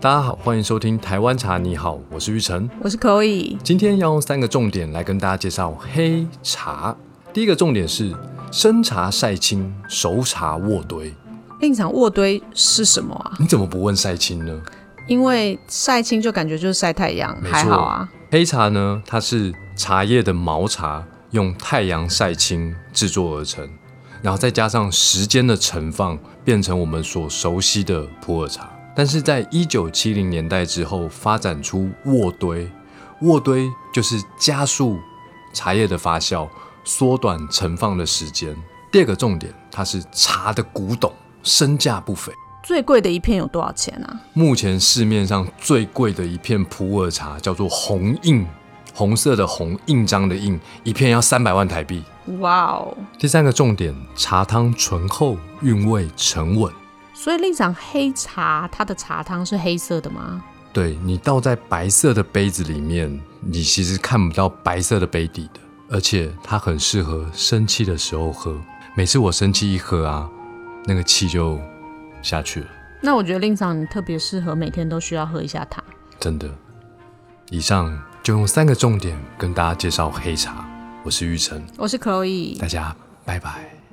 大家好，欢迎收听《台湾茶》，你好，我是玉成。我是 Koi，今天要用三个重点来跟大家介绍黑茶。第一个重点是生茶晒青，熟茶卧堆。令场卧堆是什么啊？你怎么不问晒青呢？因为晒青就感觉就是晒太阳，没错还好啊。黑茶呢，它是茶叶的毛茶用太阳晒青制作而成，然后再加上时间的盛放，变成我们所熟悉的普洱茶。但是在一九七零年代之后，发展出渥堆，渥堆就是加速茶叶的发酵，缩短盛放的时间。第二个重点，它是茶的古董，身价不菲。最贵的一片有多少钱啊？目前市面上最贵的一片普洱茶叫做红印，红色的红，印章的印，一片要三百万台币。哇哦！第三个重点，茶汤醇厚，韵味沉稳。所以令场黑茶，它的茶汤是黑色的吗？对你倒在白色的杯子里面，你其实看不到白色的杯底的，而且它很适合生气的时候喝。每次我生气一喝啊，那个气就下去了，那我觉得令场你特别适合每天都需要喝一下它。真的。以上就用三个重点跟大家介绍黑茶。我是玉成。我是 Chloe，大家拜拜。